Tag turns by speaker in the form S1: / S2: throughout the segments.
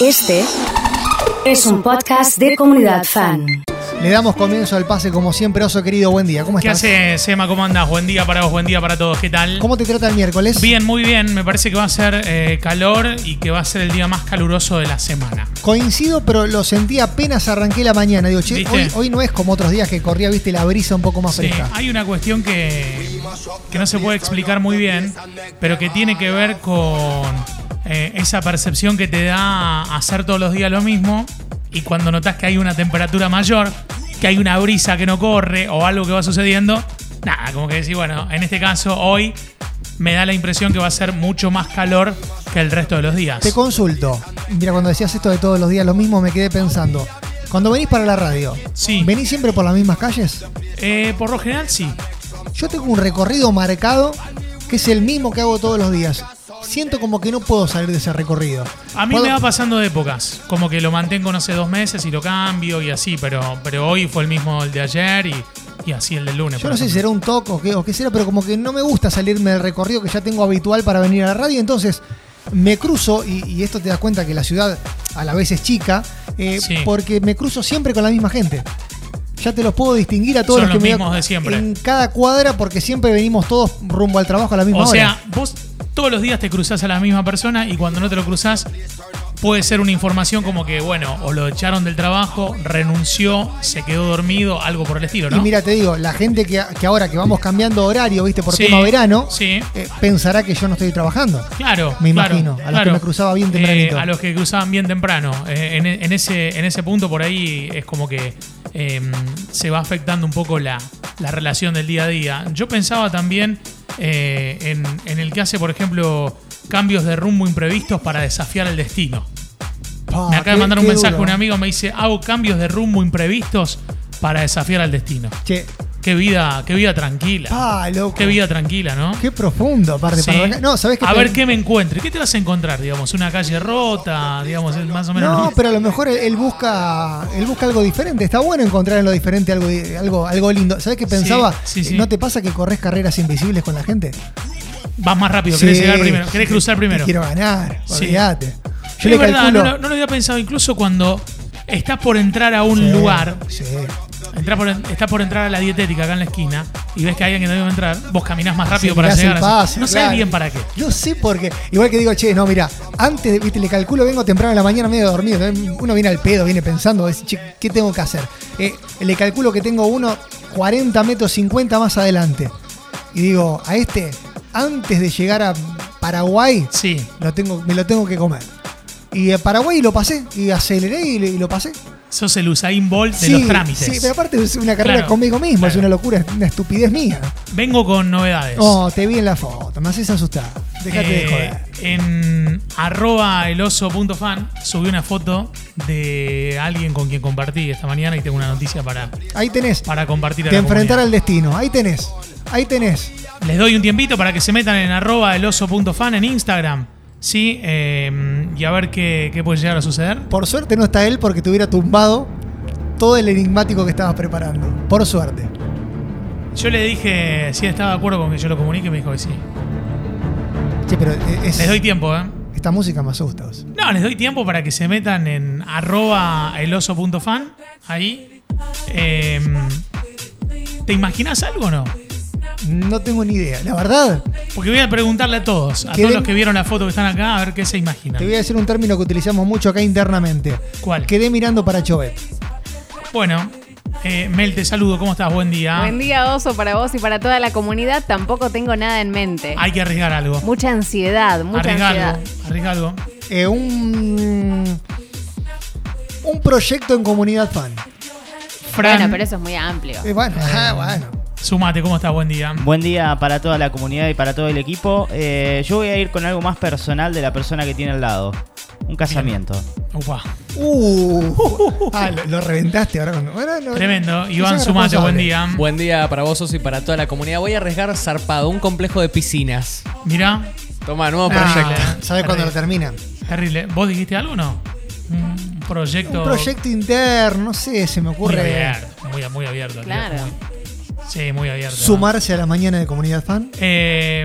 S1: Este es un podcast de comunidad fan.
S2: Le damos comienzo al pase como siempre, oso querido, buen día. ¿Cómo
S3: ¿Qué
S2: estás?
S3: haces, Emma? ¿Cómo andas? Buen día para vos, buen día para todos. ¿Qué tal?
S2: ¿Cómo te trata el miércoles?
S3: Bien, muy bien. Me parece que va a ser eh, calor y que va a ser el día más caluroso de la semana.
S2: Coincido, pero lo sentí apenas arranqué la mañana. Digo, che,
S3: ¿Viste?
S2: hoy, hoy no es como otros días que corría, viste, la brisa un poco más
S3: Sí,
S2: fresca.
S3: hay una cuestión que, que no se puede explicar muy bien, pero que tiene que ver con eh, esa percepción que te da hacer todos los días lo mismo y cuando notas que hay una temperatura mayor, que hay una brisa que no corre o algo que va sucediendo, nada, como que decís, bueno, en este caso hoy me da la impresión que va a ser mucho más calor que el resto de los días.
S2: Te consulto. Mira, cuando decías esto de todos los días lo mismo, me quedé pensando. Cuando venís para la radio,
S3: Sí.
S2: ¿venís siempre por las mismas calles?
S3: Eh, por lo general sí.
S2: Yo tengo un recorrido marcado que es el mismo que hago todos los días. Siento como que no puedo salir de ese recorrido.
S3: A mí
S2: Puedo-
S3: me va pasando de épocas. Como que lo mantengo, no sé, dos meses y lo cambio y así, pero, pero hoy fue el mismo el de ayer y, y así el del lunes.
S2: Yo
S3: por
S2: no sé si
S3: ejemplo.
S2: será un toque o qué, o qué será, pero como que no me gusta salirme del recorrido que ya tengo habitual para venir a la radio. Entonces me cruzo, y, y esto te das cuenta que la ciudad a la vez es chica, eh,
S3: Sí.
S2: porque me cruzo siempre con la misma gente. Ya te los puedo distinguir a todos
S3: Son
S2: los que
S3: los
S2: me
S3: mismos de siempre.
S2: en cada cuadra porque siempre venimos todos rumbo al trabajo a la misma
S3: O
S2: hora.
S3: sea, vos todos los días te cruzás a la misma persona y cuando no te lo cruzás puede ser una información como que, bueno, o lo echaron del trabajo, renunció, se quedó dormido, algo por el estilo, ¿no?
S2: Y mira, te digo, la gente que, que ahora que vamos cambiando horario, viste, por
S3: Sí,
S2: tema verano,
S3: sí.
S2: eh, pensará que yo no estoy trabajando.
S3: Claro,
S2: Me
S3: claro,
S2: imagino, a los que
S3: claro.
S2: me cruzaba bien tempranito.
S3: Eh, a los que cruzaban bien temprano. Eh, en, en ese, en ese punto por ahí es como que eh, se va afectando un poco la, la relación del día a día. Yo pensaba también eh, en, en el que hace, por ejemplo, cambios de rumbo imprevistos para desafiar el destino.
S2: Pa,
S3: me acaba
S2: Ah, qué-
S3: de mandar un
S2: qué
S3: mensaje
S2: duro.
S3: un amigo, me dice, hago cambios de rumbo imprevistos para desafiar al destino.
S2: Che,
S3: Qué vida, qué vida tranquila.
S2: pa, loco.
S3: Qué vida tranquila, ¿no?
S2: Qué profundo, aparte.
S3: Sí.
S2: para arrancar. No, ¿sabés qué?
S3: A
S2: Pe-
S3: ver qué me encuentre. ¿Qué te vas a encontrar? Digamos, una calle rota, digamos, es más o menos.
S2: No,
S3: ¿no?
S2: pero a lo mejor él, él busca él busca algo diferente. Está bueno encontrar en lo diferente algo, di- algo, algo lindo. ¿Sabés qué pensaba?
S3: sí, sí.
S2: ¿No te pasa que corres carreras invisibles con la gente?
S3: Vas más rápido, querés llegar primero, querés cruzar primero.
S2: Te Quiero ganar,
S3: Sí.
S2: olvídate. Yo
S3: Pero
S2: le
S3: es verdad,
S2: calculo.
S3: no, lo- no lo había pensado. Incluso cuando estás por entrar a un
S2: Sí,
S3: lugar,
S2: sí.
S3: entras por, estás por entrar a la dietética acá en la esquina y ves que hay alguien que no iba a entrar, vos caminás más rápido
S2: Sí,
S3: para
S2: le hace el
S3: llegar.
S2: pase,
S3: no sabes
S2: claro.
S3: bien para qué.
S2: No sé por qué. Igual que digo, che, no, mira, antes, de- viste, le calculo, vengo temprano en la mañana medio dormido. ¿no? Uno viene al pedo, viene pensando, dice, che, ¿qué tengo que hacer? Eh, le calculo que tengo uno 40 metros 50 más adelante. Y digo, a este, antes de llegar a Paraguay,
S3: Sí.
S2: lo tengo, me lo tengo que comer. Y a Paraguay lo pasé, y aceleré y, le- y lo pasé.
S3: Sos el Usain Bolt de
S2: Sí,
S3: los trámites.
S2: Sí, pero aparte es una carrera
S3: Claro,
S2: conmigo mismo, es
S3: claro.
S2: una locura, es una estupidez mía.
S3: Vengo con novedades.
S2: Oh, te vi en la foto, me haces asustar. Dejate
S3: Eh,
S2: de joder.
S3: En arroba eloso.fan subí una foto de alguien con quien compartí esta mañana y tengo una noticia para,
S2: Ahí tenés.
S3: para compartir. A
S2: Te
S3: la
S2: enfrentar
S3: comunidad.
S2: al destino. Ahí tenés. Ahí tenés.
S3: Les doy un tiempito para que se metan en arroba eloso.fan en Instagram. Sí, Eh, y a ver qué, qué puede llegar a suceder.
S2: Por suerte no está él porque te hubiera tumbado todo el enigmático que estabas preparando. Por suerte.
S3: Yo le dije si estaba de acuerdo con que yo lo comunique y me dijo que sí.
S2: Che, pero eh, es-
S3: Les doy tiempo, ¿eh?
S2: esta música me asusta. vos.
S3: No, les doy tiempo para que se metan en arroba eloso.fan. Ahí. Eh, ¿Te imaginas algo o no?
S2: No tengo ni idea. La verdad,
S3: Porque voy a preguntarle a todos, a
S2: Que
S3: todos
S2: den-
S3: los que vieron la foto que están acá, a ver qué se imaginan.
S2: te voy a decir un término que utilizamos mucho acá internamente.
S3: ¿Cuál?
S2: Quedé mirando para Chobet.
S3: Bueno, eh, Mel, te saludo, ¿cómo estás? Buen día.
S4: Buen día, Oso, para vos y para toda la comunidad. Tampoco tengo nada en mente.
S3: Hay que arriesgar algo.
S4: Mucha ansiedad, mucha
S3: Arriesga
S4: ansiedad.
S3: algo, arriesga algo.
S2: Eh, un. Un proyecto en comunidad fan.
S3: Fran,
S4: Bueno, pero eso es muy amplio.
S2: Eh,
S3: Ah.
S2: bueno, ajá, bueno.
S3: sumate, ¿cómo estás? Buen día.
S5: Buen día para toda la comunidad y para todo el equipo. Eh, yo voy a ir con algo más personal de la persona que tiene al lado. Un casamiento.
S3: Upa,
S2: Uh, ah, lo, lo reventaste ahora. con- bueno, no-
S3: tremendo.
S2: no
S3: Iván,
S2: seas
S3: sumate, buen
S2: responsable.
S3: día.
S6: Buen día para vos, Oso, y para toda la comunidad. Voy a arriesgar zarpado un complejo de piscinas.
S3: Mirá,
S6: Toma, nuevo
S2: Ah,
S6: proyecto.
S2: ¿Sabes cuándo lo termina?
S3: terrible. ¿Vos dijiste algo o no? Un proyecto.
S2: Un proyecto interno, no sé, se me
S3: muy
S2: ocurre
S3: abierto. Muy, muy abierto.
S4: Claro.
S3: Sí, muy abierto.
S2: sumarse a la mañana de comunidad fan.
S3: Eh,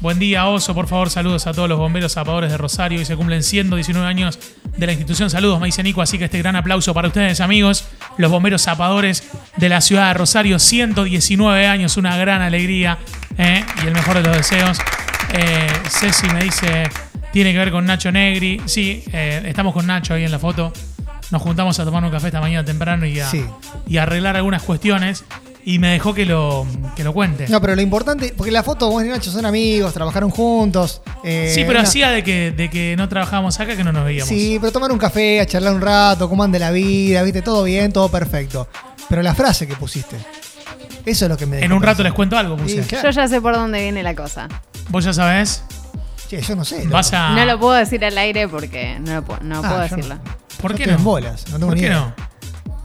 S3: buen día, Oso. Por favor, saludos a todos los bomberos zapadores de Rosario. Hoy se cumplen 119 años de la institución. Saludos, me dice Nico, así que este gran aplauso para ustedes, amigos. Los bomberos zapadores de la ciudad de Rosario, 119 años, una gran alegría ¿eh? y el mejor de los deseos. Eh, Ceci me dice, tiene que ver con Nacho Negri. Sí, eh, estamos con Nacho ahí en la foto. Nos juntamos a tomar un café esta mañana temprano y a,
S2: Sí.
S3: y a arreglar algunas cuestiones. Y me dejó que lo, que lo cuente.
S2: No, pero lo importante, porque la foto vos y Nacho son amigos, trabajaron juntos. eh,
S3: sí, pero
S2: una-
S3: hacía de que, de que no trabajábamos acá, que no nos veíamos.
S2: Sí, pero tomar un café, a charlar un rato, cómo anda la vida, viste, todo bien, todo perfecto. Pero la frase que pusiste, eso es lo que me
S3: En
S2: dejó
S3: un rato les
S2: pensando.
S3: cuento algo, puse.
S2: Sí,
S4: Yo
S2: claro.
S4: ya sé por dónde viene la cosa.
S3: Vos ya sabés,
S2: Che, yo Eh, no sé. loco.
S3: vas a.
S4: No lo puedo decir al aire porque no, lo puedo, no
S2: Ah,
S4: puedo
S2: yo
S4: decirlo.
S2: no-
S3: ¿Por
S2: yo
S3: qué
S2: estoy
S3: no?
S2: en bolas, no tengo
S3: ¿Por
S2: ni
S3: qué
S2: idea.
S3: no?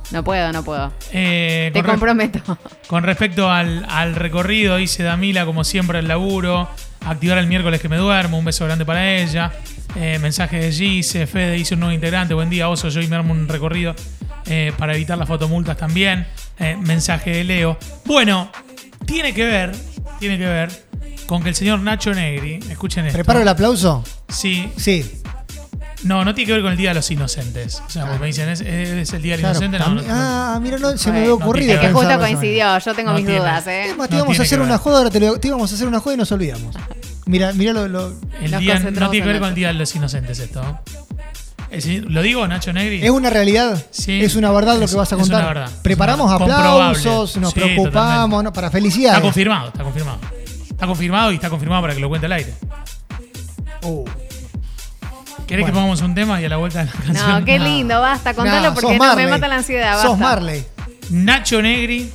S4: No puedo, no puedo.
S3: Eh,
S4: Te
S3: con, re-
S4: comprometo.
S3: con respecto al, al recorrido, dice Damila, como siempre, el laburo. Activar el miércoles que me duermo. Un beso grande para ella. Eh, mensaje de Gise. Fede dice un nuevo integrante. Buen día, Oso. Yo y me armo un recorrido eh, para evitar las fotomultas también. Eh, mensaje de Leo. Bueno, tiene que ver, tiene que ver con que el señor Nacho Negri, escuchen esto.
S2: ¿Preparo el aplauso?
S3: Sí,
S2: Sí.
S3: no, no tiene que ver con el Día de los Inocentes. O sea, porque me dicen, es, es el Día del
S2: claro,
S3: Inocente. No,
S2: también-
S3: no, no.
S2: ah, mira, no, se
S4: Bueno,
S2: me había
S4: no
S2: ocurrido.
S3: tiene
S4: Que
S3: Pensaba
S4: justo
S2: pensar más o menos.
S4: coincidió, yo tengo
S3: No
S4: mis
S3: tiene.
S4: dudas,
S2: Es
S4: ¿eh?
S2: más, te
S3: No
S2: íbamos
S3: tiene
S2: a hacer
S3: que ver.
S2: una joda, ahora te, lo- te íbamos a hacer una joda y nos olvidamos. Mira, mira lo, lo-
S3: El
S4: Nos
S3: día, no
S4: concentramos
S3: tiene que
S4: en
S3: ver con
S4: Nacho.
S3: el Día de los Inocentes esto. ¿eh? Es decir, ¿Lo digo, Nacho Negri?
S2: ¿Es una realidad?
S3: Sí.
S2: ¿Es una verdad lo
S3: Es-
S2: que vas a
S3: es
S2: contar?
S3: una verdad.
S2: Preparamos
S3: Es una verdad.
S2: aplausos,
S3: Comprobable.
S2: nos
S3: Sí,
S2: preocupamos,
S3: totalmente.
S2: ¿no? para
S3: está
S2: felicidades.
S3: confirmado, está confirmado. Está confirmado y está confirmado para que lo cuente al aire.
S2: Uh.
S3: ¿Querés que
S2: Bueno.
S3: pongamos un tema y a la vuelta de la canción?
S4: No, qué lindo, basta, contalo
S2: Nah, sos
S4: porque no me
S2: Marley.
S4: mata la ansiedad. Basta.
S2: Sos Marley.
S3: Nacho Negri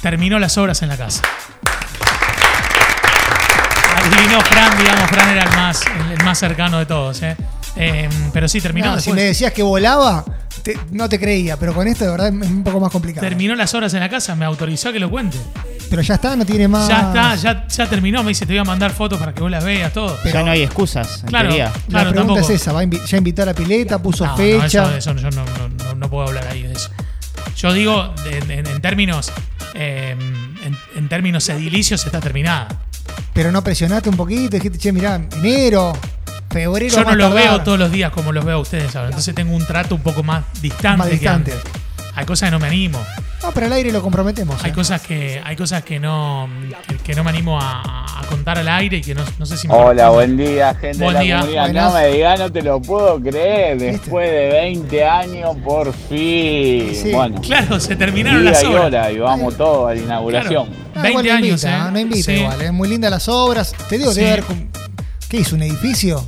S3: terminó las obras en la casa. Adivinó Fran, digamos, Fran era el más, el, el más cercano de todos. ¿eh? Eh, pero sí, terminó.
S2: Nah, si
S3: después.
S2: me decías que volaba, te- no te creía, pero con esto de verdad es un poco más complicado.
S3: Terminó las obras en la casa, me autorizó a que lo cuente.
S2: Pero ya está, no tiene más.
S3: Ya está, ya, ya terminó. Me dice, te voy a mandar fotos para que vos las veas, todo.
S5: ya no hay excusas, en
S3: Claro.
S5: teoría.
S2: La
S3: Claro,
S2: pregunta
S3: tampoco.
S2: es esa, ¿va a invi- ya invitó a la pileta, puso
S3: No, no,
S2: fecha.
S3: eso, eso yo no, no- no- no puedo hablar ahí de eso. Yo digo, en, en- en términos eh, en, en términos edilicios está terminada.
S2: Pero no presionaste un poquito, dijiste, che, mirá, enero, febrero.
S3: Yo no
S2: más
S3: los
S2: tardar.
S3: veo todos los días como los veo a ustedes ahora. Entonces tengo un trato un poco más distante.
S2: Más
S3: que
S2: distante.
S3: antes. Hay cosas que no me animo.
S2: No, pero al aire lo comprometemos.
S3: Hay
S2: ¿eh?
S3: cosas que hay cosas que no que, que no me animo a, a contar al aire y que no, no sé si me
S7: Hola, buen día, gente
S3: Buen
S7: de la
S3: día.
S7: comunidad.
S2: Buenas.
S7: No me digas, no te lo puedo creer.
S2: ¿Viste?
S7: Después de 20 años, por fin.
S2: Sí.
S7: Bueno,
S3: Claro, se terminaron
S7: día
S3: las
S7: y
S3: obras.
S7: hora, y vamos todos a la inauguración.
S3: Claro.
S2: Ah,
S3: 20
S2: igual no
S3: años,
S2: invita,
S3: ¿eh?
S2: No invita
S3: Sí.
S2: igual, es muy linda las obras. Te digo,
S3: Sí.
S2: debe haber. cum- ¿Qué hizo? ¿Un edificio?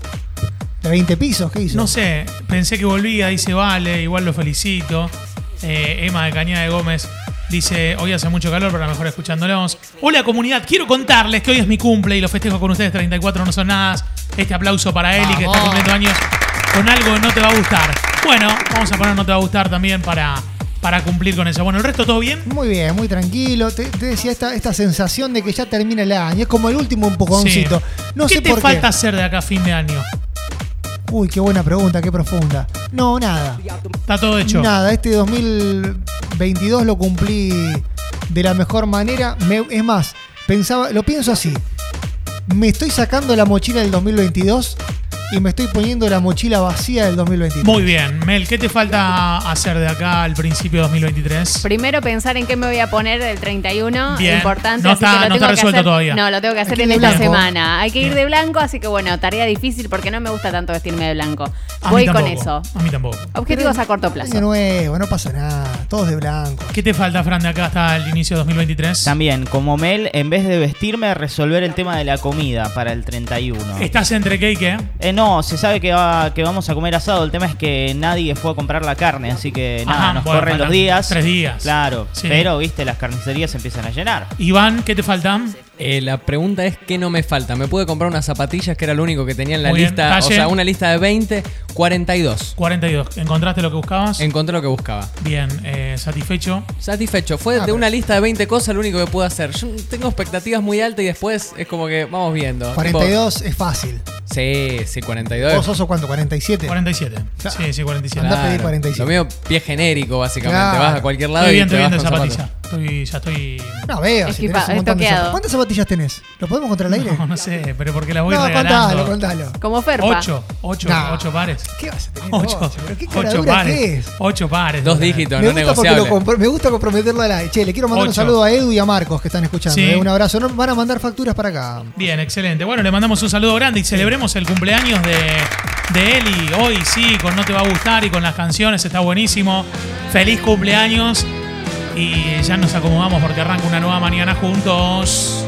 S2: ¿De 20 pisos? ¿Qué hizo?
S3: No sé, pensé que volvía, dice Vale, igual lo felicito. Eh, Emma de Cañada de Gómez dice, hoy hace mucho calor, pero a lo mejor escuchándolos. Hola comunidad, quiero contarles que hoy es mi cumple y lo festejo con ustedes, 34 no son nada. Este aplauso para Eli que está
S2: Vamos.
S3: cumpliendo años con algo que no te va a gustar. Bueno, vamos a poner no te va a gustar también para, para cumplir con eso. Bueno, ¿el resto todo bien?
S2: Muy bien, muy tranquilo. Te, te decía esta, esta sensación de que ya termina el año. Es como el último empujoncito.
S3: Sí.
S2: No
S3: ¿Qué
S2: sé
S3: te
S2: por
S3: falta hacer de acá a fin de año?
S2: qué. Uy, qué buena pregunta, qué profunda. No, nada.
S3: Está todo hecho.
S2: Nada, este 2022 lo cumplí de la mejor manera. Me- es más, pensaba, lo pienso así. Me estoy sacando la mochila del 2022 y me estoy poniendo la mochila vacía del 2023.
S3: Muy bien, Mel, ¿qué te falta hacer de acá al principio de 2023?
S4: Primero pensar en qué me voy a poner el 31,
S3: Bien.
S4: importante.
S3: No
S4: así
S3: está-
S4: que lo tengo
S3: no está
S4: que
S3: resuelto
S4: hacer-
S3: todavía.
S4: No, lo tengo que hacer
S2: que ir
S4: en
S2: de
S4: esta
S2: blanco.
S4: semana. Hay que ir
S3: Bien.
S4: de blanco, así que bueno, tarea difícil porque no me gusta tanto vestirme de blanco.
S3: A
S4: Voy
S3: mí
S4: con
S3: tampoco,
S4: eso.
S3: A mí tampoco.
S4: Objetivos a corto
S2: Año
S4: plazo.
S2: nuevo, no pasa nada. Todos de blanco.
S3: ¿Qué te falta, Fran, de acá hasta el inicio de 2023?
S5: También, como Mel, en vez de vestirme, resolver el tema de la comida para el 31.
S3: Estás entre qué y qué.
S5: Eh, no, se sabe que, va- que vamos a comer asado. El tema es que nadie fue a comprar la carne, así que nada,
S3: Ajá,
S5: nos
S3: bueno,
S5: corren los
S3: faltan
S5: días.
S3: tres días.
S5: Claro,
S3: Sí.
S5: pero viste, las carnicerías se empiezan a llenar.
S3: Iván, ¿qué te falta?
S6: Eh, la pregunta es ¿qué no me falta? ¿Me pude comprar unas zapatillas que era lo único que tenía en la
S3: Muy bien,
S6: lista?
S3: talle.
S6: O sea, una lista de 20, 42.
S3: 42. ¿Encontraste lo que buscabas?
S6: Encontré lo que buscaba.
S3: Bien, eh, satisfecho.
S6: Satisfecho. Fue de
S2: pero-
S6: una lista de 20 cosas lo único que pude hacer. Yo tengo expectativas muy altas y después es como que vamos viendo. Tipo,
S2: 42 es fácil.
S6: sí, sí, 42.
S2: ¿Vos sos cuánto? ¿47?
S3: 47.
S2: Claro.
S3: Sí, sí, 47.
S2: Andá a pedir 47.
S6: Lo mío, pie genérico, básicamente.
S2: Claro.
S6: Vas a cualquier lado
S3: Estoy
S6: y
S3: bien,
S6: te
S3: estoy
S6: vas
S3: bien de
S6: con zapatos.
S3: zapatilla. Estoy, ya estoy.
S2: No veo, si
S4: Equipa-
S2: tenés un montón de
S4: estoqueado.
S2: zapatillas. ¿Cuántas zapatillas tenés? ¿Lo podemos contra el aire?
S3: No, no sé, pero porque las voy
S2: No,
S3: regalando.
S2: contalo, contalo.
S4: Como Ferpa.
S3: Ocho, ocho,
S2: No.
S3: ocho pares.
S2: ¿Qué vas a tener?
S3: Ocho,
S2: vos? ¿Pero ¿Qué
S3: ocho
S2: caradura
S3: pares.
S2: que es?
S3: Ocho pares.
S6: Dos dígitos,
S2: Me
S6: no
S2: gusta, porque lo
S6: negociable.
S2: compro- me gusta comprometerlo al aire. Che, le quiero mandar un
S3: Ocho.
S2: saludo a Edu y a Marcos que están escuchando.
S3: Sí.
S2: eh, Un abrazo. No, van a mandar facturas para acá.
S3: Bien, excelente. Bueno, le mandamos un saludo grande y celebremos el cumpleaños de, de Eli. Hoy sí, con No Te Va a Gustar y con las canciones, está buenísimo. Feliz cumpleaños y ya nos acomodamos porque arranca una nueva mañana juntos.